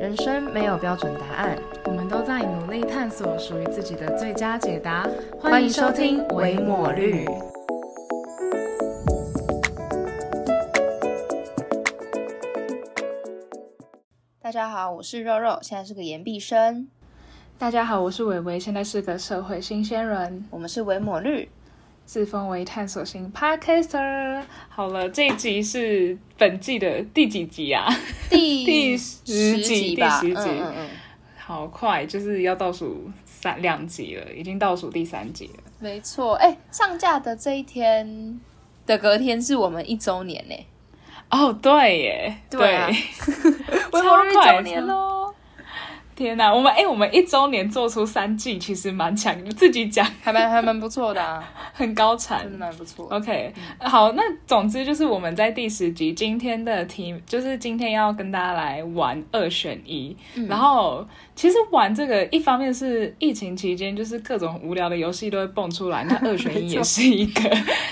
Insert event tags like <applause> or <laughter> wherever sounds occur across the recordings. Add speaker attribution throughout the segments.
Speaker 1: 人生没有标准答案，
Speaker 2: 我们都在努力探索属于自己的最佳解答。
Speaker 1: 欢迎收听《维抹绿》。大家好，我是肉肉，现在是个研毕生。
Speaker 2: 大家好，我是伟伟，现在是个社会新鲜人，
Speaker 1: 我们是维抹 <laughs> 绿，
Speaker 2: 自封为探索型 podcaster。好了，这一集是本季的第几集啊？
Speaker 1: 第
Speaker 2: 第
Speaker 1: 十
Speaker 2: 十集，第
Speaker 1: 吧，
Speaker 2: 十集，
Speaker 1: 嗯嗯嗯，
Speaker 2: 好快，就是要倒数三两集了，已经倒数第三集了。
Speaker 1: 没错。哎、上架的这一天的隔天是我们一周年呢、
Speaker 2: 哦，对耶，
Speaker 1: 对啊 <laughs>
Speaker 2: 超
Speaker 1: 微博日
Speaker 2: 快
Speaker 1: 周年喽，
Speaker 2: 天哪，我们哎、我们一周年做出三季，其实蛮强，自己讲
Speaker 1: 还蛮还蛮不错的、啊， <laughs>
Speaker 2: 很高产
Speaker 1: 真的。蛮不错。
Speaker 2: OK，好，那总之就是我们在第十集今天的题，就是今天要跟大家来玩二选一。然后其实玩这个，一方面是疫情期间，就是各种无聊的游戏都会蹦出来，那二选一也是一个。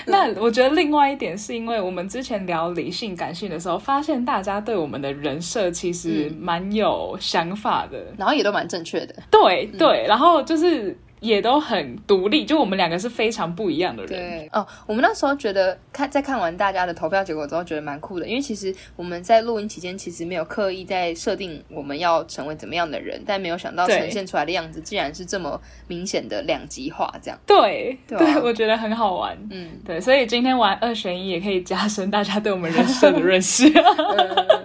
Speaker 2: 那我觉得另外一点是因为我们之前聊理性感性的时候，发现大家对我们的人设其实蛮有想法的。
Speaker 1: 然后也都蛮正确的，
Speaker 2: 对对，然后就是也都很独立，就我们两个是非常不一样的人。
Speaker 1: 对，哦，我们那时候觉得看在看完大家的投票结果之后，觉得蛮酷的，因为其实我们在录音期间其实没有刻意在设定我们要成为怎么样的人，但没有想到
Speaker 2: 对
Speaker 1: 呈现出来的样子竟然是这么明显的两极化，这样，
Speaker 2: 对
Speaker 1: 对
Speaker 2: 对,、
Speaker 1: 啊
Speaker 2: 我觉得很好玩。
Speaker 1: 嗯，
Speaker 2: 对，所以今天玩二选一也可以加深大家对我们人设的认
Speaker 1: <laughs>
Speaker 2: 识。
Speaker 1: 呃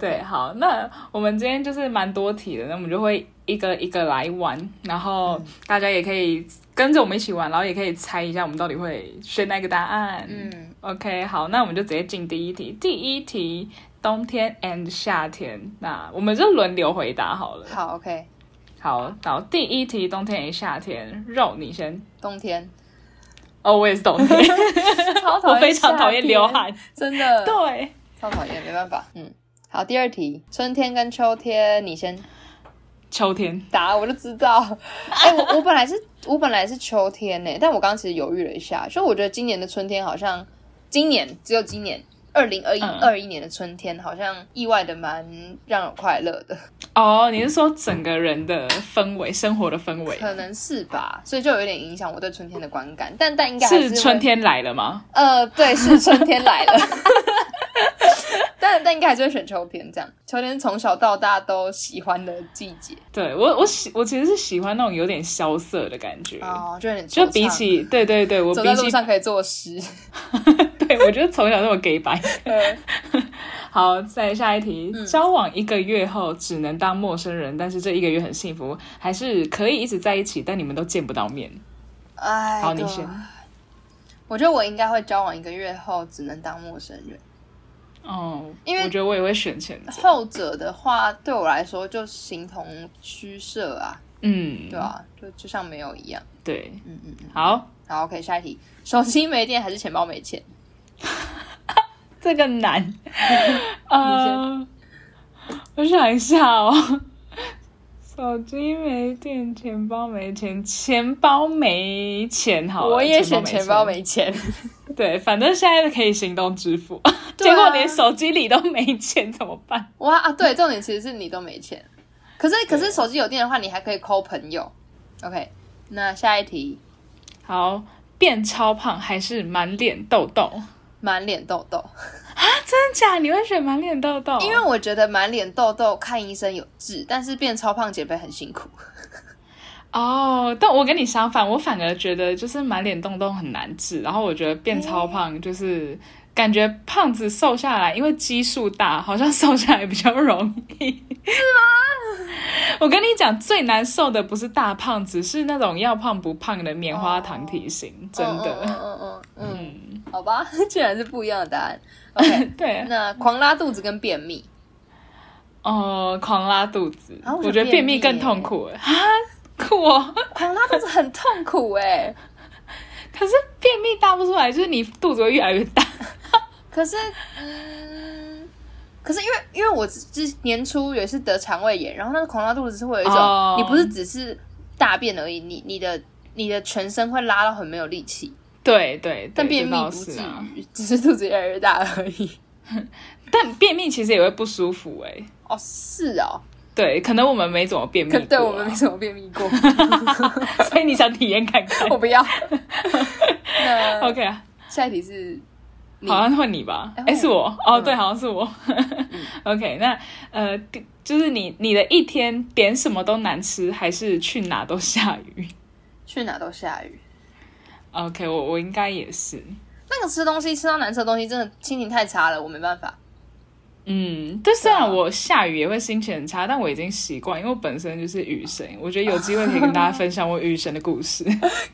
Speaker 2: 对，好，那我们今天就是蛮多题的，那我们就会一个一个来玩，然后大家也可以跟着我们一起玩，然后也可以猜一下我们到底会选哪个答案。
Speaker 1: 嗯，
Speaker 2: OK，好，那我们就直接进第一题。第一题，冬天 and 夏天，那我们就轮流回答好了。
Speaker 1: 好，OK，
Speaker 2: 好，好，第一题，冬天 and 夏天，肉你先。
Speaker 1: 冬天，
Speaker 2: 哦，我也是冬天，
Speaker 1: 超讨
Speaker 2: 我
Speaker 1: 厌，
Speaker 2: 非常讨厌流，汗。
Speaker 1: 真的，
Speaker 2: 对，
Speaker 1: 超讨厌，没办法，嗯。好，第二题，春天跟秋天，你先
Speaker 2: 秋天，
Speaker 1: 答，我就知道。哎、我我本来是我本来是秋天呢、但我刚刚其实犹豫了一下，就我觉得今年的春天好像，今年只有今年。二零二一
Speaker 2: 嗯
Speaker 1: 二一年的春天，好像意外的蛮让我快乐的，
Speaker 2: 哦，你是说整个人的氛围，生活的氛围，
Speaker 1: 可能是吧，所以就有点影响我对春天的观感。但但应该还
Speaker 2: 是
Speaker 1: 会
Speaker 2: 春，天来了吗？
Speaker 1: 呃，对，是春天来
Speaker 2: <laughs>
Speaker 1: 了。 <laughs> 但但应该还是会选秋天这样，秋天是从小到大都喜欢的季节
Speaker 2: 对我，我喜，我其实是喜欢那种有点萧瑟的感觉。
Speaker 1: 哦，就有点
Speaker 2: 就
Speaker 1: 惆
Speaker 2: 比
Speaker 1: 怅
Speaker 2: 起对对对，我
Speaker 1: 走
Speaker 2: 比
Speaker 1: 在路
Speaker 2: 起
Speaker 1: 上可以作诗。
Speaker 2: <laughs> 对我觉得从小那么 gay
Speaker 1: <laughs>
Speaker 2: 白。
Speaker 1: 呃
Speaker 2: 好，再下一题，
Speaker 1: 嗯
Speaker 2: 交往一个月后只能当陌生人，但是这一个月很幸福，还是可以一直在一起，但你们都见不到面。
Speaker 1: 哎，
Speaker 2: 好，你
Speaker 1: 对
Speaker 2: 先。
Speaker 1: 我觉得我应该会交往一个月后只能当陌生人。
Speaker 2: 哦，
Speaker 1: 因为
Speaker 2: 我觉得我也会选前者。
Speaker 1: 后者的话，对我来说就形同虚设啊，
Speaker 2: 嗯，
Speaker 1: 对啊，就就像没有一样。
Speaker 2: 对，
Speaker 1: 嗯嗯嗯。
Speaker 2: 好，
Speaker 1: 好，OK，下一题，手机没电还是钱包没钱？
Speaker 2: 这个难。
Speaker 1: <laughs>
Speaker 2: 呃，我想一下哦，手机没电，钱包没钱，钱包没钱好了。
Speaker 1: 我也选钱包
Speaker 2: 钱。
Speaker 1: 没钱。
Speaker 2: 对，反正现在可以行动支付，
Speaker 1: 对啊
Speaker 2: 结果连手机里都没钱，怎么办？
Speaker 1: 哇啊，对，重点其实是你都没钱。可是可是手机有电的话，你还可以抠朋友。OK，那下一题，
Speaker 2: 好，变超胖还是满脸痘痘？
Speaker 1: 满脸痘痘，
Speaker 2: 真的假？你会选满脸痘痘？
Speaker 1: <laughs> 因为我觉得满脸痘痘看医生有治，但是变超胖减肥很辛苦。
Speaker 2: 哦，但我跟你相反，我反而觉得就是满脸痘痘很难治，然后我觉得变
Speaker 1: 哦
Speaker 2: 超胖就是感觉胖子瘦下来，因为基数大，好像瘦下来比较容易，是吗？ <laughs> 我跟你讲，最难受的不是大胖子，是那种要胖不胖的棉花糖
Speaker 1: 哦
Speaker 2: 体型，真
Speaker 1: 嗯
Speaker 2: 的。
Speaker 1: 嗯嗯嗯嗯嗯，好吧，竟然是不一样的答案。OK，
Speaker 2: <laughs>
Speaker 1: <laughs>
Speaker 2: 对，
Speaker 1: 那狂拉肚子跟便秘，
Speaker 2: 哦、狂拉肚子，
Speaker 1: 啊我
Speaker 2: 我
Speaker 1: 想
Speaker 2: 觉得便秘
Speaker 1: 便
Speaker 2: 更
Speaker 1: 秘耶
Speaker 2: 痛苦 <laughs> 啊，酷哦。
Speaker 1: 狂拉肚子很痛苦哎、
Speaker 2: 可是便秘大不出来，就是你肚子会越来越大。 <laughs>
Speaker 1: 可是，嗯，可是因为因为我之之年初也是得肠胃炎，然后那个狂拉肚子是会有一种
Speaker 2: 哦
Speaker 1: 你不是只是大便而已，你你的你的全身会拉到很没有力气，
Speaker 2: 对对，对
Speaker 1: 但便
Speaker 2: 这
Speaker 1: 秘
Speaker 2: 倒
Speaker 1: 不
Speaker 2: 是
Speaker 1: 至
Speaker 2: 啊。
Speaker 1: 于，只是肚子越来越大而已。
Speaker 2: 但便秘其实也会不舒服哎、
Speaker 1: 哦，是哦，
Speaker 2: 对，可能我们没怎么便秘
Speaker 1: 可
Speaker 2: 过啊、
Speaker 1: 对我们没什么便秘过，
Speaker 2: <laughs>
Speaker 1: <laughs>
Speaker 2: 所以你想体验看看
Speaker 1: 我不要。那
Speaker 2: <laughs> ？OK 啊，
Speaker 1: 下一题是你
Speaker 2: 好像换你吧？
Speaker 1: 哎
Speaker 2: 哎、是我
Speaker 1: 我嗯
Speaker 2: 哦，对，好像是我。OK，那 <laughs> 呃，第就是你你的一天点什么都难吃，还是去哪都下雨 <laughs>
Speaker 1: 去哪都下雨，
Speaker 2: ？OK，我我应该也是。
Speaker 1: 那个吃东西吃到难吃的东西，真的心情太差了，我没办法。
Speaker 2: 嗯，但虽
Speaker 1: 对
Speaker 2: 然
Speaker 1: 啊
Speaker 2: 我下雨也会心情很差，但我已经习惯，因为我本身就是雨神。我觉得有机会可以跟大家分享我雨神的故事。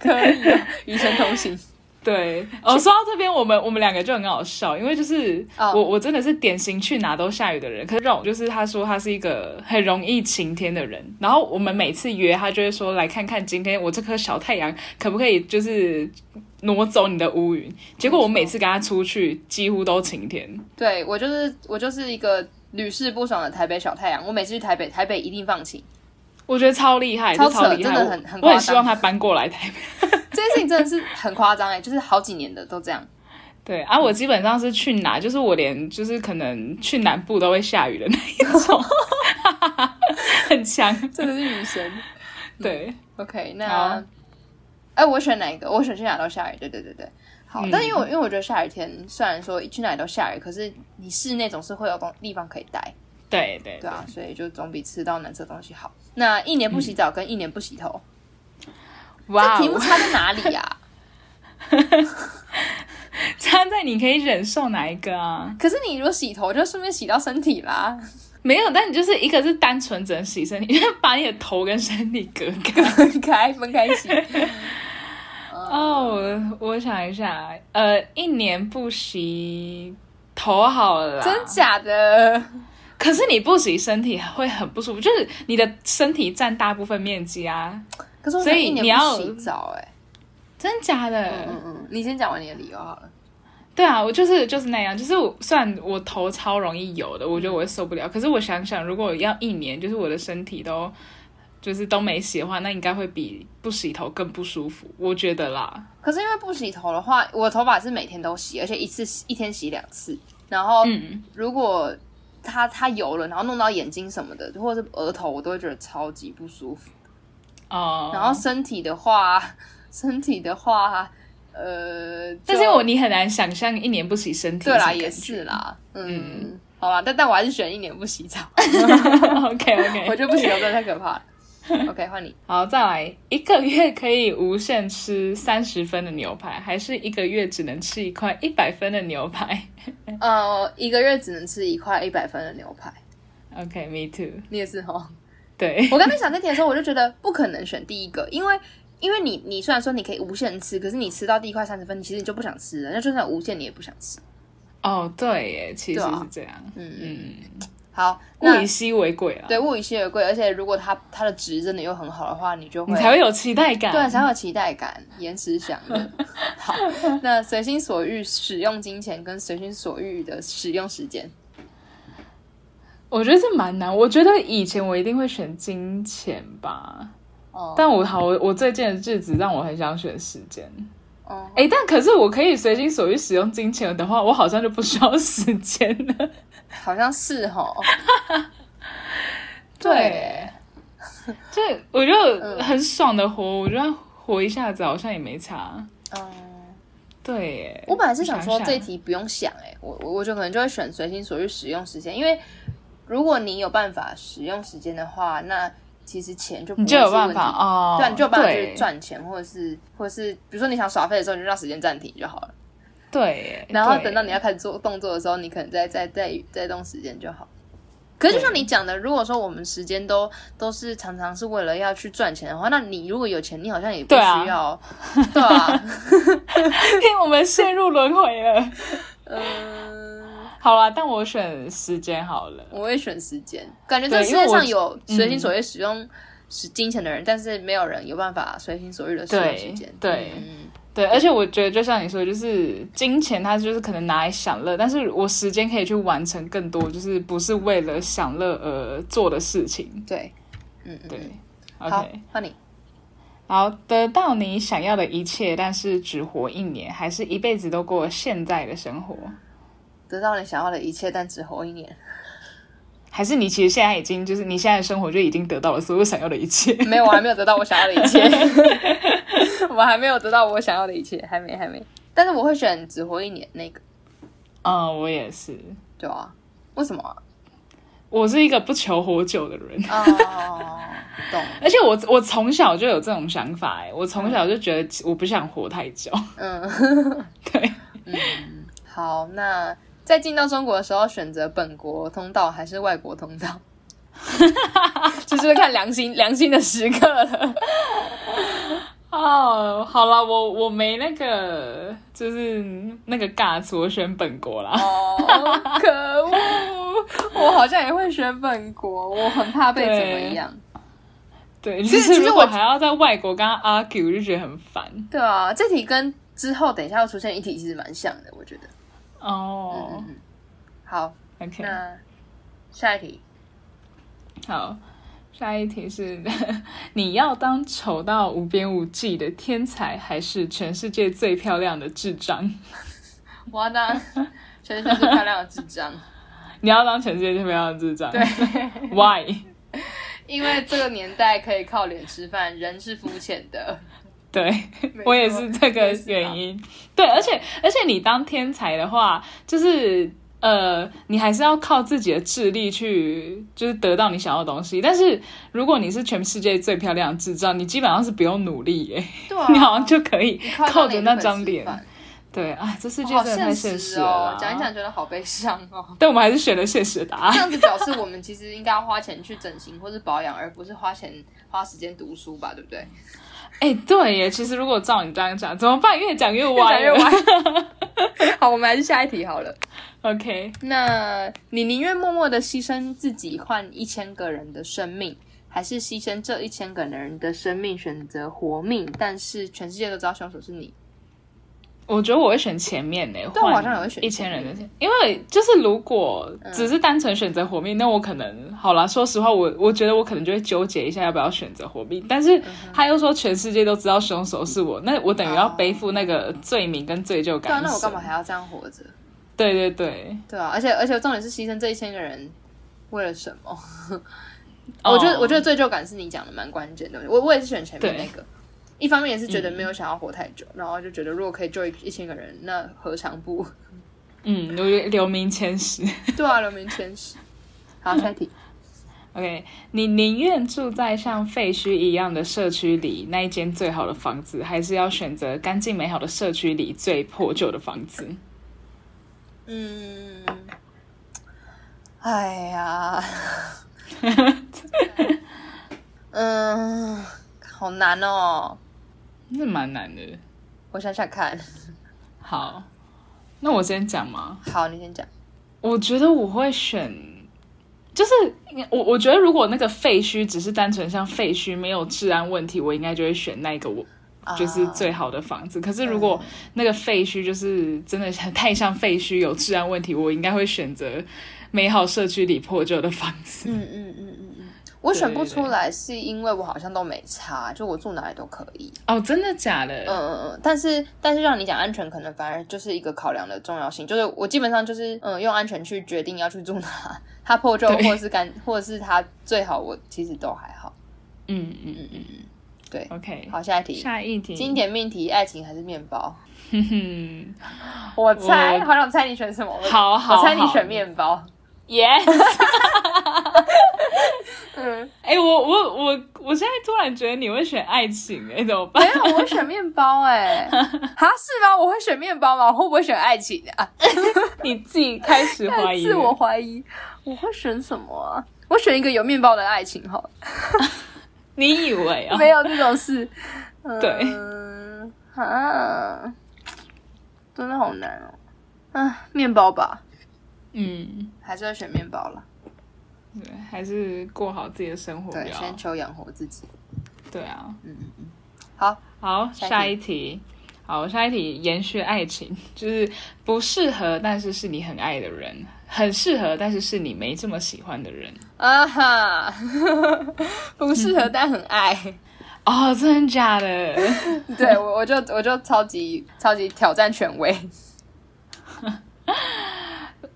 Speaker 1: 可以、啊， <laughs> 与神同行。
Speaker 2: 对，哦，说到这边，我们我们两个就很好笑，因为就是、
Speaker 1: 哦
Speaker 2: 我我真的是典型去哪都下雨的人，可是这种就是他说他是一个很容易晴天的人，然后我们每次约他就会说来看看今天我这颗小太阳可不可以就是挪走你的乌云，结果我每次跟他出去几乎都晴天，
Speaker 1: 对我就是我就是一个屡试不爽的台北小太阳，我每次去台北，台北一定放晴。
Speaker 2: 我觉得超厉害，
Speaker 1: 超
Speaker 2: 这超
Speaker 1: 扯
Speaker 2: 厉害，
Speaker 1: 真的
Speaker 2: 我
Speaker 1: 很很
Speaker 2: 我
Speaker 1: 夸张
Speaker 2: 很希望他搬过来台北。
Speaker 1: 这件事情真的是很夸张哎，就是好几年的都这样。
Speaker 2: 对啊，我基本上是去哪，就是我连就是可能去南部都会下雨的那一
Speaker 1: <laughs>
Speaker 2: 种， <laughs> 很强。
Speaker 1: 真的是女神。 <laughs>
Speaker 2: 对，
Speaker 1: OK，
Speaker 2: 好
Speaker 1: 那
Speaker 2: 啊，
Speaker 1: 哎、我选哪一个？我选去哪都下雨。对对对对，好。
Speaker 2: 嗯
Speaker 1: 但因为我因为我觉得下雨天，虽然说去哪里都下雨，可是你室内总是会有东地方可以待，
Speaker 2: 对对
Speaker 1: 对啊，所以就总比吃到难吃的东西好。那一年不洗澡跟一年不洗头，
Speaker 2: 哇
Speaker 1: 这题目
Speaker 2: 哦，
Speaker 1: 差在哪里啊呀、
Speaker 2: 差在你可以忍受哪一个啊？
Speaker 1: <laughs> 可是你如果洗头，就顺便洗到身体啦。 <laughs>
Speaker 2: 没有，但你就是一个是单纯只能洗身体，就是把你的头跟身体隔
Speaker 1: <laughs>
Speaker 2: 开。
Speaker 1: 分开分开洗。
Speaker 2: 哦，我想一下，呃，一年不洗头好了啦，
Speaker 1: 真假的？
Speaker 2: 可是你不洗身体会很不舒服，就是你的身体占大部分面积啊，
Speaker 1: 可是我
Speaker 2: 所以
Speaker 1: 想一
Speaker 2: 你
Speaker 1: 年
Speaker 2: 要
Speaker 1: 不洗澡哎、
Speaker 2: 真假的？
Speaker 1: 嗯嗯，你先讲完你的理由好了。
Speaker 2: 对啊，我就是就是那样，就是我虽然我头超容易油的，我觉得我会受不了。可是我想想，如果要一年，就是我的身体都就是都没洗的话，那应该会比不洗头更不舒服，我觉得啦。
Speaker 1: 可是因为不洗头的话，我的头发是每天都洗，而且一次一天洗两次。然后
Speaker 2: 嗯，
Speaker 1: 如果它它油了，然后弄到眼睛什么的，或者是额头，我都会觉得超级不舒服。
Speaker 2: 哦、
Speaker 1: 然后身体的话， <laughs> 身体的话，呃，
Speaker 2: 但是
Speaker 1: 就
Speaker 2: 我你很难想象一年不洗身体，
Speaker 1: 对啦，也
Speaker 2: <laughs>
Speaker 1: 是。啦，嗯，好啦，但但我还是选一年不洗澡，
Speaker 2: OK
Speaker 1: <laughs> 我
Speaker 2: OK，
Speaker 1: 觉得不洗头真的太可怕了。OK，换你。
Speaker 2: 好，再来一个月可以无限吃三十分的牛排，还是一个月只能吃一块一百分的牛排 <laughs>
Speaker 1: 呃，一个月只能吃一块一百分的牛排。
Speaker 2: ？OK，me、too。
Speaker 1: 你也是哦。 <laughs>
Speaker 2: 对，
Speaker 1: 我刚才想这题的时候，我就觉得不可能选第一个，因为因为你你虽然说你可以无限吃，可是你吃到第一块三十分，其实你就不想吃了。那就算无限，你也不想吃。
Speaker 2: 哦，对耶，其实
Speaker 1: 对啊
Speaker 2: 是这样。
Speaker 1: 嗯
Speaker 2: 嗯，
Speaker 1: 好，
Speaker 2: 物
Speaker 1: 那
Speaker 2: 以稀为贵啊啦，
Speaker 1: 对物以稀为贵，而且如果它它的值真的又很好的话，你就会
Speaker 2: 你才会有期待感。
Speaker 1: 对才会有期待感，延迟享
Speaker 2: <laughs>
Speaker 1: 乐。好，那随心所欲使用金钱跟随心所欲的使用时间，
Speaker 2: 我觉得这蛮难。我觉得以前我一定会选金钱吧，
Speaker 1: 哦
Speaker 2: 但我好，我我最近的日子让我很想选时间。
Speaker 1: 哦，
Speaker 2: 哎，但可是我可以随心所欲使用金钱的话，我好像就不需要时间
Speaker 1: <laughs>
Speaker 2: 了。
Speaker 1: 好像是
Speaker 2: <laughs>
Speaker 1: 哦。
Speaker 2: 对，就我
Speaker 1: 嗯
Speaker 2: 就很爽的活，我觉得活一下子好像也没差。
Speaker 1: 嗯。
Speaker 2: 对耶，
Speaker 1: 我本来是想说
Speaker 2: 想
Speaker 1: 这一题不用想、欸，哎，我我我就可能就会选随心所欲使用时间，因为如果你有办法使用时间的话，那其实钱就不
Speaker 2: 你
Speaker 1: 会
Speaker 2: 就是有
Speaker 1: 问
Speaker 2: 办
Speaker 1: 题。
Speaker 2: 法哦，
Speaker 1: 对啊，你就有办法去
Speaker 2: 对
Speaker 1: 赚钱，或者是或者是，比如说你想耍废的时候，你就让时间暂停就好了。
Speaker 2: 对耶，
Speaker 1: 然后
Speaker 2: 对
Speaker 1: 等到你要开始做动作的时候，你可能再再再再动时间就好。可是就像你讲的，如果说我们时间都都是常常是为了要去赚钱的话，那你如果有钱，你好像也不
Speaker 2: 对啊
Speaker 1: 需要，
Speaker 2: <laughs>
Speaker 1: 对啊， <laughs>
Speaker 2: 因为我们陷入轮回了。
Speaker 1: 嗯、
Speaker 2: 好啦，但我选时间好了。
Speaker 1: 我会选时间，感觉这个
Speaker 2: 对
Speaker 1: 世
Speaker 2: 因为
Speaker 1: 界
Speaker 2: 我
Speaker 1: 上有随心所欲使用使金钱的人，但是没有人有办法随心所欲的使用
Speaker 2: 对
Speaker 1: 时间。
Speaker 2: 对
Speaker 1: 嗯
Speaker 2: 对，而且我觉得就像你说，就是金钱它就是可能拿来享乐，但是我时间可以去完成更多，就是不是为了享乐而做的事情。
Speaker 1: 对，嗯嗯，
Speaker 2: 对
Speaker 1: 好
Speaker 2: ，OK，，
Speaker 1: 换你。
Speaker 2: 好，得到你想要的一切，但是只活一年，还是一辈子都过现在的生活？
Speaker 1: 得到你想要的一切，但只活一年。
Speaker 2: 还是你其实现在已经就是你现在的生活就已经得到了所有想要的一 <laughs> 切？
Speaker 1: 没有，我还没有得到我想要的一切，我还没有得到我想要的一切，还没还没。但是我会选只活一年那个，
Speaker 2: 嗯，我也是，
Speaker 1: 对啊，为什么啊？
Speaker 2: 我是一个不求活久的人，
Speaker 1: 哦，懂，
Speaker 2: 而且我我从小就有这种想法，哎，我从小就觉得我不想活太久， <laughs>
Speaker 1: 嗯
Speaker 2: 对，
Speaker 1: 嗯，好，那在进到中国的时候，选择本国通道还是外国通道？ <laughs> 就是看良心良心的时刻了。
Speaker 2: 哦，好了，我我没那个就是那个尬词，我选本国啦。
Speaker 1: 哦，可恶！我好像也会选本国，我很怕被怎么样。
Speaker 2: 对，
Speaker 1: 其
Speaker 2: 就
Speaker 1: 实其
Speaker 2: 是
Speaker 1: 实
Speaker 2: 如果
Speaker 1: 我
Speaker 2: 还要在外国跟他 argue，我就觉得很烦。
Speaker 1: 对啊，这题跟之后等一下要出现一题其实蛮像的，我觉得。嗯
Speaker 2: 哦、
Speaker 1: 好，
Speaker 2: o k
Speaker 1: 那下一题。
Speaker 2: 好，下一题是 <laughs> 你要当丑到无边无际的天才，还是全世界最漂亮的智障？ <laughs>
Speaker 1: 我要当全世界最漂亮的智障。
Speaker 2: 你要当全世界最漂亮的智障？对，Why？
Speaker 1: <laughs> 因为这个年代可以靠脸吃饭，人是肤浅的。
Speaker 2: 对
Speaker 1: <laughs> 没
Speaker 2: 我也
Speaker 1: 错
Speaker 2: 是这个
Speaker 1: 啊
Speaker 2: 原因。对，而且而且你当天才的话，就是呃，你还是要靠自己的智力去，就是得到你想要的东西。但是如果你是全世界最漂亮的智障，你基本上是不用努力耶，
Speaker 1: 对 <laughs> 啊，
Speaker 2: <laughs> 你好像就可以
Speaker 1: 你
Speaker 2: 靠着
Speaker 1: 脸就
Speaker 2: 那
Speaker 1: 可以
Speaker 2: 张
Speaker 1: 吃
Speaker 2: 脸。
Speaker 1: 饭
Speaker 2: 对啊，这世界
Speaker 1: 好
Speaker 2: 真的太现
Speaker 1: 现
Speaker 2: 实了
Speaker 1: 哦
Speaker 2: 啦。，
Speaker 1: 讲一讲觉得好悲伤 <laughs> 哦。
Speaker 2: 但我们还是选了现实的答啊
Speaker 1: 这
Speaker 2: 案。
Speaker 1: 样子表示我们其实应该要花钱去整形或是保养，而不是花钱花时间读书吧，对不对？
Speaker 2: 哎、对耶，其实如果照你这样讲，怎么办？越讲越歪了。
Speaker 1: 越讲越歪。 <laughs> 好，我们还是下一题好了。
Speaker 2: <laughs> OK，
Speaker 1: 那你宁愿默默的牺牲自己换一千个人的生命，还是牺牲这一千个人的生命选择活命？但是全世界都知道凶手是你。
Speaker 2: 我觉得我会选前面呢、欸，
Speaker 1: 对我好像也会选
Speaker 2: 一千人的
Speaker 1: 前面，嗯
Speaker 2: 因为就是如果只是单纯选择活命，那我可能好啦。说实话，我我觉得我可能就会纠结一下要不要选择活命，但
Speaker 1: 嗯
Speaker 2: 是他又说全世界都知道凶手是我，那我等于要
Speaker 1: 哦
Speaker 2: 背负那个罪名跟罪疚
Speaker 1: 对
Speaker 2: 感。
Speaker 1: 啊，那我干嘛？还要这样活着？
Speaker 2: 对对对，
Speaker 1: 对啊，而且而且重点是牺牲这一千个人为了什么？哦我觉得我觉得罪疚感是你讲的蛮关键的，我我也是选前面
Speaker 2: 对
Speaker 1: 那个。一方面也是觉得没有想要活太久，然后就觉得如果可以救一一千个人，那何尝不？ <laughs>
Speaker 2: 嗯，我觉得留名千史。
Speaker 1: 对啊，留名千史。好，下一题。
Speaker 2: <laughs> OK，你宁愿住在像废墟一样的社区里那一间最好的房子，还是要选择干净美好的社区里最破旧的房子？
Speaker 1: 嗯，哎呀，嗯，好难哦。
Speaker 2: 那蛮难的。
Speaker 1: 我想想看。
Speaker 2: 好，那我先讲嘛。
Speaker 1: 好，你先讲。
Speaker 2: 我觉得我会选，就是我我觉得如果那个废墟只是单纯像废墟，没有治安问题，我应该就会选那个我就是
Speaker 1: 啊
Speaker 2: 最好的房子。可是如果那个废墟就是真的很太像废墟，有治安问题，我应该会选择美好社区里破旧的房
Speaker 1: <laughs>
Speaker 2: 子。
Speaker 1: 嗯嗯嗯嗯嗯，我选不
Speaker 2: 对对
Speaker 1: 出来，是因为我好像都没差，就我住哪里都可以。
Speaker 2: 哦，真的假的？
Speaker 1: 嗯嗯嗯，但是但是让你讲安全，可能反而就是一个考量的重要性。就是我基本上就是嗯，用安全去决定要去住哪，它破旧
Speaker 2: 对
Speaker 1: 或是干，或者是它最好，我其实都还好。
Speaker 2: 嗯嗯嗯嗯，
Speaker 1: 对
Speaker 2: ，OK。
Speaker 1: 好，下一题，
Speaker 2: 下一题，
Speaker 1: 经典命题：爱情还是面包？
Speaker 2: 哼
Speaker 1: <laughs>
Speaker 2: 哼
Speaker 1: 我猜，
Speaker 2: 我
Speaker 1: 好想猜你选什么？我
Speaker 2: 好好
Speaker 1: 我猜你
Speaker 2: 好
Speaker 1: 选面包。
Speaker 2: ，Yes。
Speaker 1: 嗯，
Speaker 2: 哎、我我我我现在突然觉得你会选爱情、哎，怎么办
Speaker 1: 没？有，我会选面包哎、哈，是吗？我会选面包吗？我会不会选爱情啊？
Speaker 2: <laughs> 你自己开始怀疑了。
Speaker 1: 自我怀疑，我会选什么啊？我选一个有面包的爱情好了，
Speaker 2: 你以为啊？
Speaker 1: 没有这种事。
Speaker 2: <laughs>
Speaker 1: 嗯、
Speaker 2: 对
Speaker 1: 啊，真的好难哦。啊，面包吧，
Speaker 2: 嗯，
Speaker 1: 还是要选面包了。
Speaker 2: 对，还是过好自己的生活比
Speaker 1: 对，
Speaker 2: 较
Speaker 1: 先
Speaker 2: 好。
Speaker 1: 求养活自己。
Speaker 2: 对啊，
Speaker 1: 嗯好，
Speaker 2: 好，
Speaker 1: 下一题
Speaker 2: 下一题。好，下一题延续爱情，就是不适合，但是是你很爱的人，很适合，但是是你没这么喜欢的人。
Speaker 1: 啊哈， <laughs> 不适合但很
Speaker 2: <laughs>
Speaker 1: 爱。
Speaker 2: 哦，真的假的？ <laughs>
Speaker 1: 对我，我就我就超级超级挑战权威。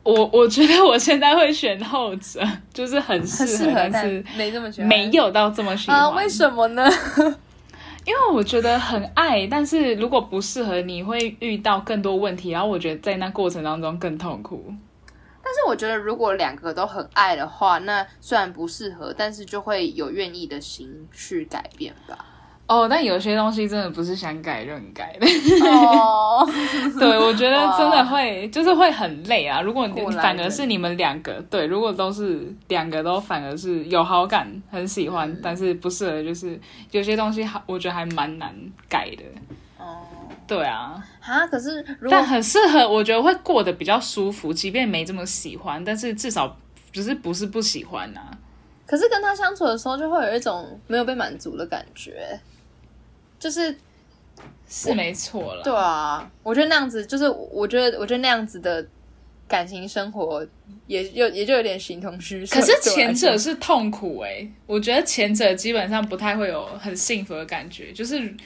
Speaker 2: 我我觉得我现在会选后者， <laughs> 就是很适
Speaker 1: 很适
Speaker 2: 合，
Speaker 1: 合，
Speaker 2: 但
Speaker 1: 但
Speaker 2: 是
Speaker 1: 没这么喜欢。
Speaker 2: 没有到这么喜欢。
Speaker 1: 啊？为什么呢？
Speaker 2: 呃因为我觉得很爱，但是如果不适合，你会遇到更多问题，然后我觉得在那过程当中更痛苦。
Speaker 1: 但是我觉得，如果两个都很爱的话，那虽然不适合，但是就会有愿意的心去改变吧。
Speaker 2: 哦，但有些东西真的不是想改就能改 <laughs> 的。
Speaker 1: <laughs> 哦，
Speaker 2: 对，我觉得真的会，就是会很累啊。如果你
Speaker 1: 果然
Speaker 2: 反而是你们两个，对，如果都是两个都反而是有好感、很喜欢，但是不适合，就是有些东西还我觉得还蛮难改的。
Speaker 1: <laughs> 哦，
Speaker 2: 对啊，
Speaker 1: 啊，可是如果
Speaker 2: 但很适合，我觉得会过得比较舒服，即便没这么喜欢，但是至少只是不是不喜欢啊。
Speaker 1: 可是跟他相处的时候，就会有一种没有被满足的感觉，就是
Speaker 2: 是没错了。
Speaker 1: 对啊，我觉得那样子，就是我觉得，我觉得那样子的感情生活也就也就有点形同虚设。
Speaker 2: 可是
Speaker 1: 对啊我来
Speaker 2: 前
Speaker 1: 说
Speaker 2: 者是痛苦诶、我觉得前者基本上不太会有很幸福的感觉，就是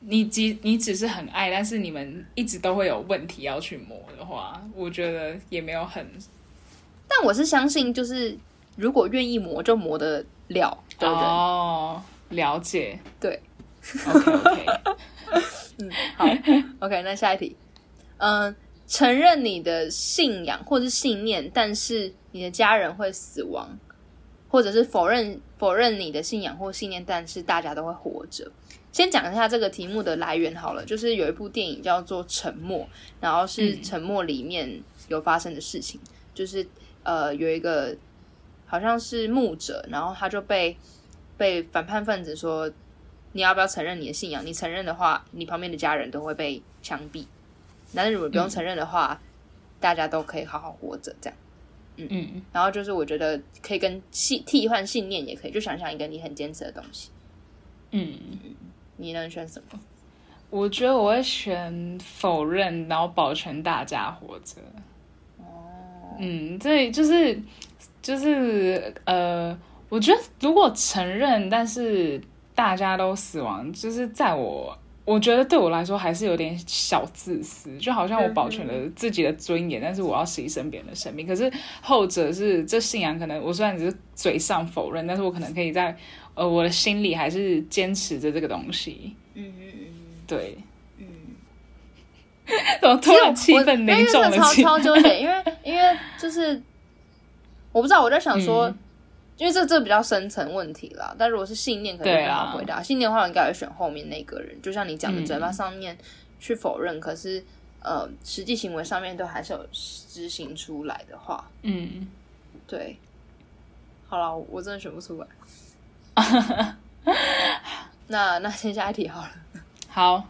Speaker 2: 你即你只是很爱，但是你们一直都会有问题要去磨的话，我觉得也没有很
Speaker 1: 但我是相信，就是如果愿意磨，就磨得了的人。
Speaker 2: 哦了解。
Speaker 1: 对
Speaker 2: ，OK OK，
Speaker 1: 好，OK，那下一题，嗯、承认你的信仰或是信念，但是你的家人会死亡，或者是否认否认你的信仰或信念，但是大家都会活着。先讲一下这个题目的来源好了，就是有一部电影叫做《沉默》，然后是
Speaker 2: 嗯
Speaker 1: 《沉默》里面有发生的事情，就是呃有一个好像是牧者，然后他就被被反叛分子说你要不要承认你的信仰？你承认的话，你旁边的家人都会被枪毙；但是如果不用承认的话，大家都可以好好活着这样。
Speaker 2: 嗯，
Speaker 1: 然后就是我觉得可以跟信替换信念也可以，就想想一个你很坚持的东西，
Speaker 2: 嗯，
Speaker 1: 你能选什么？
Speaker 2: 我觉得我会选否认，然后保全大家活着。
Speaker 1: 哦，
Speaker 2: 嗯，对，就是就是呃，我觉得如果承认，但是大家都死亡，就是在我我觉得对我来说还是有点小自私，就好像我保全了自己的尊严，但是我要牺牲别人的生命。可是后者是这信仰，可能我虽然只是嘴上否认，但是我可能可以在呃我的心里还是坚持着这个东西。
Speaker 1: 嗯嗯嗯
Speaker 2: 对，
Speaker 1: 嗯，
Speaker 2: 怎么突
Speaker 1: 其实我
Speaker 2: 然气氛凝重
Speaker 1: 我因为真
Speaker 2: 了
Speaker 1: 的超
Speaker 2: 起来？
Speaker 1: 超纠结，因为因为就是我不知道，我在想说，
Speaker 2: 嗯
Speaker 1: 因为这这比较深层问题啦。但如果是信念，可能就
Speaker 2: 对
Speaker 1: 不
Speaker 2: 啊
Speaker 1: 好回答。信念的话，我应该会选后面那个人，就像你讲的，
Speaker 2: 嗯
Speaker 1: 嘴巴上面去否认，可是呃，实际行为上面都还是有执行出来的话，
Speaker 2: 嗯。
Speaker 1: 对。好了，我真的选不
Speaker 2: <laughs>
Speaker 1: 出来。那那先下一题好了。 <laughs>
Speaker 2: 好，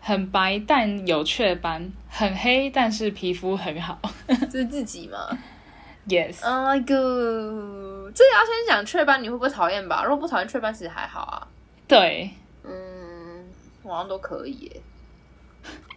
Speaker 2: 很白但有雀斑，很黑但是皮肤很好。
Speaker 1: 这是自己吗？
Speaker 2: Yes，
Speaker 1: 啊个，这个要先讲雀斑，你会不会讨厌吧？如果不讨厌雀斑，其实还好啊。
Speaker 2: 对，
Speaker 1: 嗯，我好像都可以耶。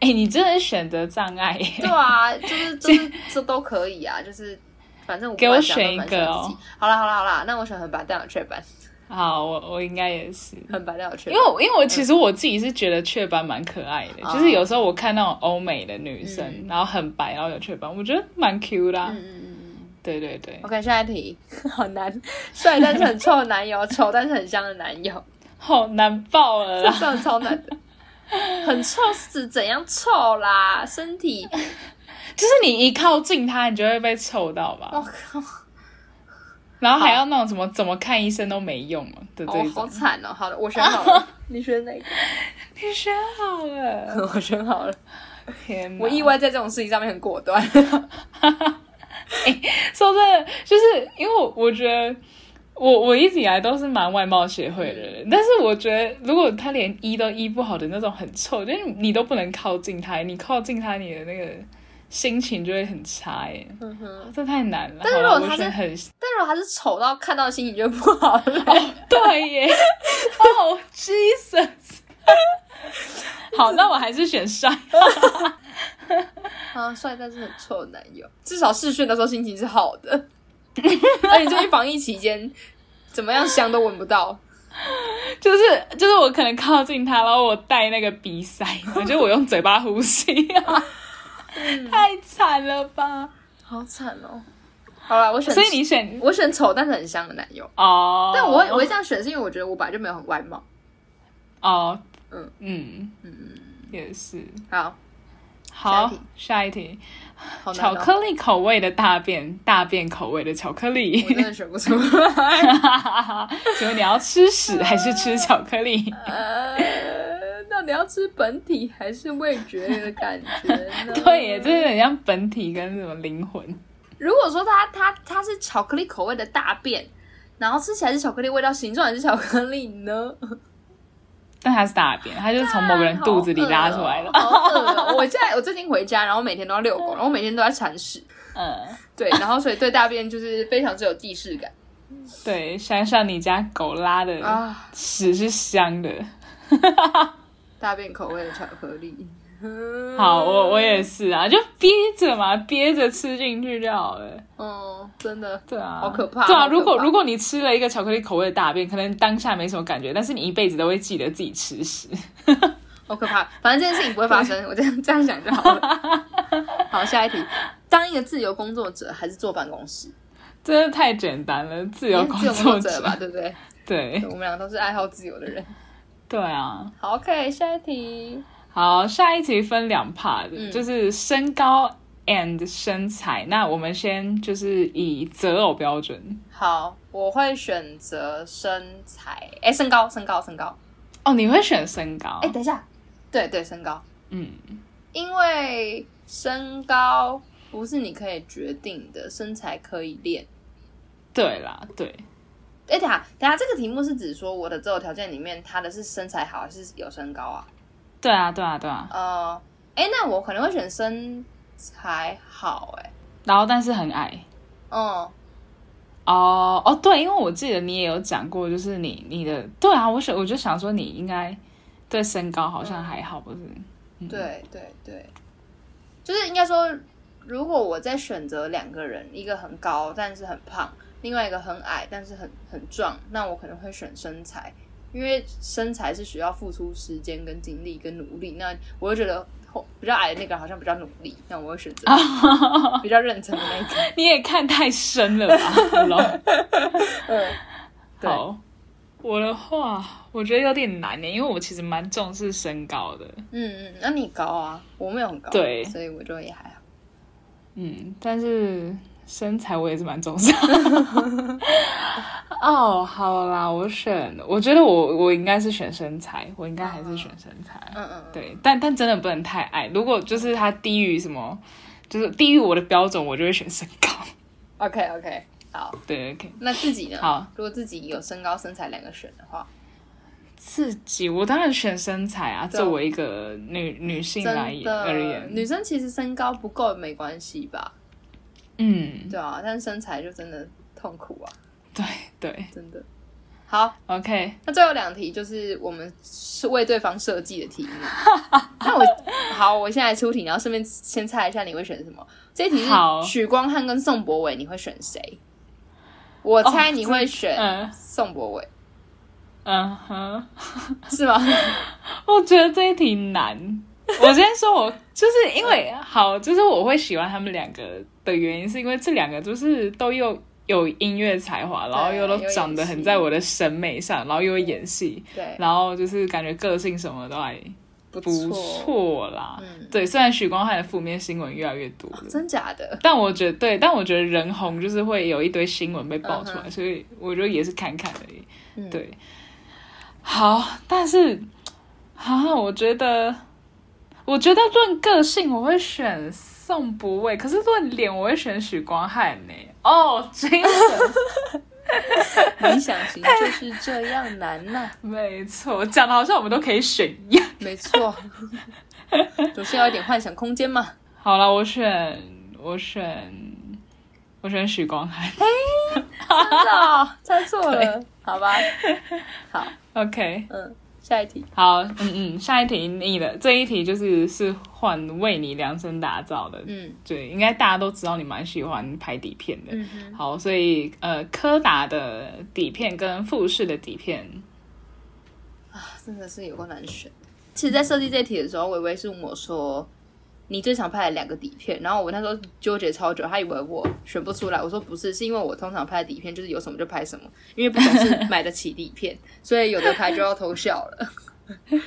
Speaker 2: 哎、你真的选择障碍
Speaker 1: 对
Speaker 2: 耶！
Speaker 1: 啊，
Speaker 2: <laughs>
Speaker 1: 就是就是这都可以啊，就是反正我
Speaker 2: 给我
Speaker 1: 不管怎
Speaker 2: 选
Speaker 1: 样都
Speaker 2: 一
Speaker 1: 蛮喜欢
Speaker 2: 个
Speaker 1: 自己
Speaker 2: 哦。
Speaker 1: 好啦好啦好啦，那我选很白带有雀斑，
Speaker 2: 好，我我应该也是，
Speaker 1: 很白带有雀
Speaker 2: 因
Speaker 1: 斑。
Speaker 2: 为我因为我其实我自己是觉得雀斑蛮可爱的，
Speaker 1: 哦
Speaker 2: 就是有时候我看那种欧美的女生，
Speaker 1: 嗯
Speaker 2: 然后很白，然后有雀斑，我觉得蛮 Q 的啊、
Speaker 1: 嗯嗯嗯嗯。
Speaker 2: 对对对，
Speaker 1: OK，下一题，好难，帅但是很臭的男友，丑但是很香的男友，
Speaker 2: 好难爆了啦！
Speaker 1: 这种超难的。很臭是怎样臭啦？身
Speaker 2: <laughs>
Speaker 1: 体，
Speaker 2: 就是你一靠近它，你就会被臭到吧？
Speaker 1: 我靠，
Speaker 2: 然后还要那种什么怎么看医生都没用啊的这
Speaker 1: 哦，
Speaker 2: 种。
Speaker 1: 好惨哦。好的，我选好
Speaker 2: <laughs>
Speaker 1: 了，你选哪个？
Speaker 2: 你选好了，
Speaker 1: <laughs> 我选好了。
Speaker 2: 天哪！
Speaker 1: 我意外在这种事情上面很果 <laughs> 断。
Speaker 2: 说真的，就是因为我我觉得我我一直以来都是蛮外貌协会的
Speaker 1: 嗯
Speaker 2: 人，但是我觉得如果他连医都医不好的那种很臭，就是你都不能靠近他，你靠近他，你的那个心情就会很差耶。啊
Speaker 1: 嗯哼。
Speaker 2: 这太难了。
Speaker 1: 但是如
Speaker 2: 好啦
Speaker 1: 果他
Speaker 2: 我
Speaker 1: 是
Speaker 2: 选很
Speaker 1: 但如果他是丑到看到心情就不好了，
Speaker 2: 对
Speaker 1: <laughs>
Speaker 2: 耶，哦、Jesus，好，那我还是选帅。
Speaker 1: 啊，帅但是很臭的男友，至少试训的时候心情是好的。而且最近防疫期间，怎么样香都闻不到。
Speaker 2: 就是就是我可能靠近他，然后我带那个鼻 <laughs>
Speaker 1: 嗯
Speaker 2: 塞，我觉得我用嘴巴呼吸、啊，太惨了吧？
Speaker 1: <laughs> 好惨哦。好了，我选，
Speaker 2: 所以你选
Speaker 1: 我选丑但是很香的男友，
Speaker 2: 哦，
Speaker 1: 但我会我会这样选是因为我觉得我本来就没有很外貌。
Speaker 2: 哦，
Speaker 1: 嗯
Speaker 2: 嗯嗯，也是。
Speaker 1: 好，
Speaker 2: 好
Speaker 1: 下一题，
Speaker 2: 下一题，
Speaker 1: 好难
Speaker 2: 巧
Speaker 1: 哦，
Speaker 2: 克力口味的大便，大便口味的巧克力
Speaker 1: 我。真的选不出来。
Speaker 2: <laughs>
Speaker 1: <laughs>
Speaker 2: 请问你要吃屎还是吃巧克
Speaker 1: <laughs>
Speaker 2: 力？
Speaker 1: 呃，到底要吃本体还是味觉的感觉呢？
Speaker 2: 对耶，这是很像本体跟什么灵魂。
Speaker 1: 如果说它它它是巧克力口味的大便，然后吃起来是巧克力味道，形状也是巧克力呢？
Speaker 2: 但它是大便， <laughs> 它就是从某个人肚子里拉出来的。
Speaker 1: <laughs> 好饿哦我现在我最近回家，然后每天都要遛
Speaker 2: <laughs>
Speaker 1: 狗，然后我每天都在铲屎，
Speaker 2: 嗯，
Speaker 1: 对，然后所以对大便就是非常之有既视感
Speaker 2: 对，想想你家狗拉的
Speaker 1: 啊！
Speaker 2: 屎是香的。
Speaker 1: 大便口味的巧克力，
Speaker 2: <laughs> 好，我我
Speaker 1: <laughs>
Speaker 2: 也是啊，就憋着嘛，憋着吃进去就好了。
Speaker 1: 嗯，真的
Speaker 2: 对啊，
Speaker 1: 好可怕
Speaker 2: 对啊，
Speaker 1: 好可
Speaker 2: 如果
Speaker 1: 怕
Speaker 2: 如果你吃了一个巧克力口味的大便，可能当下没什么感觉，但是你一辈子都会记得自己吃屎。 <laughs>
Speaker 1: 好可怕。反正这件事情不会发生，我这样这样想就好了。
Speaker 2: <laughs>
Speaker 1: 好，下一题，当一个自由工作者还是坐办公室？
Speaker 2: 真的太简单了，自由
Speaker 1: 因为
Speaker 2: 工
Speaker 1: 自由工
Speaker 2: 作
Speaker 1: 作者吧，对不对？
Speaker 2: 对
Speaker 1: 对我们两个都是爱好自由的人。
Speaker 2: 对啊。
Speaker 1: 好，OK，下一题。
Speaker 2: 好，下一题分两 part，、
Speaker 1: 嗯
Speaker 2: 就是身高 and 身材。那我们先就是以择偶标准。
Speaker 1: 好，我会选择身材，哎，身高，身高，身高。
Speaker 2: 哦，你会选身高？
Speaker 1: 哎，等一下，对对，身高，
Speaker 2: 嗯，
Speaker 1: 因为身高不是你可以决定的，身材可以练。
Speaker 2: 对啦，对，
Speaker 1: 哎，等一下，等一下，这个题目是指说我的择偶条件里面，他的是身材好还是有身高啊？
Speaker 2: 对啊，对啊，对啊。
Speaker 1: 呃，哎，那我可能会选身材好、诶
Speaker 2: 然后但是很矮。
Speaker 1: 哎，嗯，
Speaker 2: 哦哦，对，因为我记得你也有讲过，就是你你的对啊，我想我就想说你应该对身高好像还好，不是？嗯，
Speaker 1: 对对对，就是应该说，如果我在选择两个人，一个很高但是很胖，另外一个很矮但是很很壮，那我可能会选身材，因为身材是需要付出时间跟精力跟努力。那我就觉得后比较矮的那个人好像比较努力，那我会选
Speaker 2: <laughs>
Speaker 1: 择比较认真的那个。
Speaker 2: 你也看太深了吧，hello
Speaker 1: 嗯，对
Speaker 2: 好，我的话我觉得有点难呢，欸因为我其实蛮重视身高的，
Speaker 1: 嗯嗯，那你高啊，我没有很高，
Speaker 2: 对
Speaker 1: 所以我就也还好。
Speaker 2: 嗯，但是身材我也是蛮重视。哦，好啦，我选，我觉得我我应该是选身材，我应该还是选身材。
Speaker 1: 嗯嗯嗯，
Speaker 2: 对，但但真的不能太矮。如果就是它低于什么，就是低于我的标准，我就会选身高。 <laughs>
Speaker 1: ，OK OK，好，
Speaker 2: 对，OK。
Speaker 1: 那自己呢？
Speaker 2: 好，
Speaker 1: 如果自己有身高身材两个选的话，
Speaker 2: 自己我当然选身材啊，
Speaker 1: 对啊
Speaker 2: 作为一个女女性来
Speaker 1: 真
Speaker 2: 言
Speaker 1: 的
Speaker 2: 而，言，
Speaker 1: 女生其实身高不够没关系吧？
Speaker 2: 嗯，
Speaker 1: 对啊，但身材就真的痛苦啊，
Speaker 2: 对对
Speaker 1: 真的。好，
Speaker 2: ，OK。
Speaker 1: 那最后两题就是我们是为对方设计的
Speaker 2: <laughs>
Speaker 1: 题目。那我好，我现在出题，然后顺便先猜一下你会选什么。这一题是
Speaker 2: 好
Speaker 1: 许光汉跟宋博伟，你会选谁？我猜你会选
Speaker 2: 嗯
Speaker 1: 宋博伟，
Speaker 2: 嗯哼，
Speaker 1: 是吗？ <laughs>
Speaker 2: 我觉得这一题难。我先说我，就是因
Speaker 1: <laughs>
Speaker 2: 为
Speaker 1: 嗯
Speaker 2: 好，就是我会喜欢他们两个的原因，是因为这两个就是都又有音乐才华，然后
Speaker 1: 对
Speaker 2: 又都
Speaker 1: 又演
Speaker 2: 长得很
Speaker 1: 戏
Speaker 2: 在我的审美上，然后又会演戏，
Speaker 1: 对，
Speaker 2: 然后就是感觉个性什么都还
Speaker 1: 不
Speaker 2: 不
Speaker 1: 错，
Speaker 2: 错啦。
Speaker 1: 嗯
Speaker 2: 对，虽然许光汉的负面新闻越来越多了，
Speaker 1: 真假的？
Speaker 2: 但我觉得对，但我觉得人红就是会有一堆新闻被爆出来
Speaker 1: 嗯哼
Speaker 2: 所以我觉得也是看看而已。
Speaker 1: 嗯
Speaker 2: 对，好，但是啊，我觉得，我觉得论个性我会选宋博伟，可是论脸我会选许光汉呢、哦，真的。
Speaker 1: 理想型就是这样难呐、
Speaker 2: <laughs> 没错，讲的好像我们都可以选一样。<laughs>
Speaker 1: 没错，总是要一点幻想空间嘛。
Speaker 2: 好了，我选我选我选许光汉。 <laughs>
Speaker 1: 真的哦、猜错了，好吧。好，
Speaker 2: OK，
Speaker 1: 嗯，下一题。
Speaker 2: 好，嗯嗯，下一题你的这一题就是是换为你量身打造的，
Speaker 1: 嗯
Speaker 2: 对，应该大家都知道你蛮喜欢拍底片的。
Speaker 1: 嗯哼，
Speaker 2: 好，所以呃，柯达的底片跟富士的底片，
Speaker 1: 真的是有够难选。其实，在设计这题的时候，微微是问我说：“你最常拍的两个底片。然后我那时候纠结超久，他以为我选不出来，我说不是，是因为我通常拍底片就是有什么就拍什么，因为不总是买得起底片，所以有的拍就要偷笑了。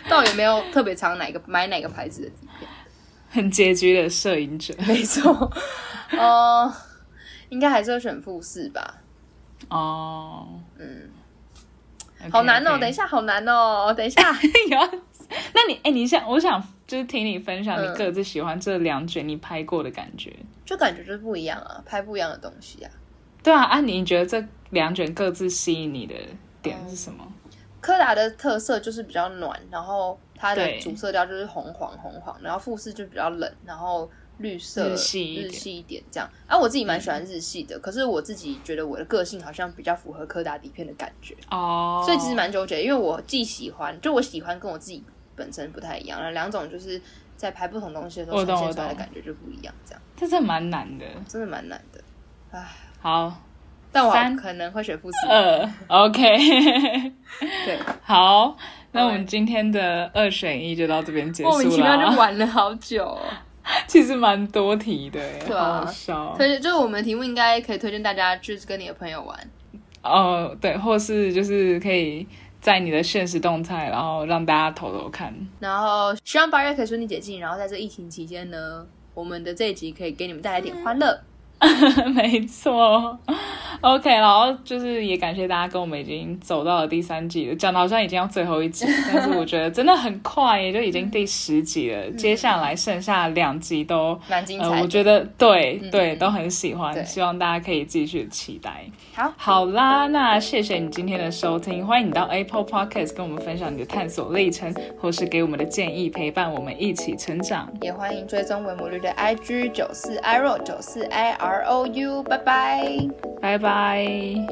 Speaker 1: 倒也没有特别常哪个买哪个牌子的底片，
Speaker 2: 很拮据的摄影者
Speaker 1: <laughs> 没错。哦、应该还是要选富士吧。
Speaker 2: 哦。
Speaker 1: 嗯
Speaker 2: OK，
Speaker 1: 好难哦
Speaker 2: OK
Speaker 1: 等一下好难哦，等一下。
Speaker 2: <laughs> 有，那你哎、你想，我想就是听你分享
Speaker 1: 嗯
Speaker 2: 你各自喜欢这两卷你拍过的感觉。
Speaker 1: 就感觉就是不一样啊，拍不一样的东西啊。
Speaker 2: 对啊，啊，你觉得这两卷各自吸引你的点是什么？
Speaker 1: 柯达的特色就是比较暖，然后它的
Speaker 2: 对
Speaker 1: 主色调就是红黄红黄，然后富士就比较冷，然后绿色
Speaker 2: 日系一点嗯
Speaker 1: 一点这样。啊，我自己蛮喜欢日系的，可是我自己觉得我的个性好像比较符合柯达底片的感觉，
Speaker 2: 哦、
Speaker 1: 嗯所以其实蛮纠结，因为我既喜欢，就我喜欢跟我自己本身不太一样，然后两种就是在拍不同东西的时候
Speaker 2: 我懂
Speaker 1: 呈现出来
Speaker 2: 我
Speaker 1: 的
Speaker 2: 懂
Speaker 1: 感觉就不一样，这样
Speaker 2: 这真的蛮难的。
Speaker 1: 真的蛮难的。唉，
Speaker 2: 好，
Speaker 1: 但我
Speaker 2: 三
Speaker 1: 可能会选富士，
Speaker 2: 二，OK， <laughs>
Speaker 1: 对，
Speaker 2: 好，那
Speaker 1: 好
Speaker 2: 我们今天的二选一就到这边结
Speaker 1: 莫名
Speaker 2: 束
Speaker 1: 其妙就
Speaker 2: 了。
Speaker 1: 玩了好久、哦。
Speaker 2: <laughs> 其实蛮多题的，
Speaker 1: 对啊
Speaker 2: 好好笑。哦
Speaker 1: 推荐就是我们的题目应该可以推荐大家，就是跟你的朋友玩。
Speaker 2: 哦，对，或是就是可以在你的现实动态，然后让大家投投看。
Speaker 1: 然后希望八月可以顺利解禁，然后在这疫情期间呢，我们的这一集可以给你们带来点欢乐。
Speaker 2: <laughs> 没错，OK，然后就是也感谢大家跟我们已经走到了第三季了，讲的好像已经要最后一
Speaker 1: <laughs>
Speaker 2: 集，但是我觉得真的很快，也就已经第十集了，接下来剩下两集都。
Speaker 1: 蛮嗯精彩
Speaker 2: 呃
Speaker 1: 的、，
Speaker 2: 我觉得对
Speaker 1: 嗯
Speaker 2: 对都很喜欢
Speaker 1: 对，
Speaker 2: 希望大家可以继续期待。
Speaker 1: 好，
Speaker 2: 好啦，那谢谢你今天的收听，欢迎你到 Apple Podcast 跟我们分享你的探索历程，或是给我们的建议，陪伴我们一起成长。
Speaker 1: 也欢迎追踪维摩绿的 IG 九四 iro 九四 i r o u，拜拜。
Speaker 2: 拜拜。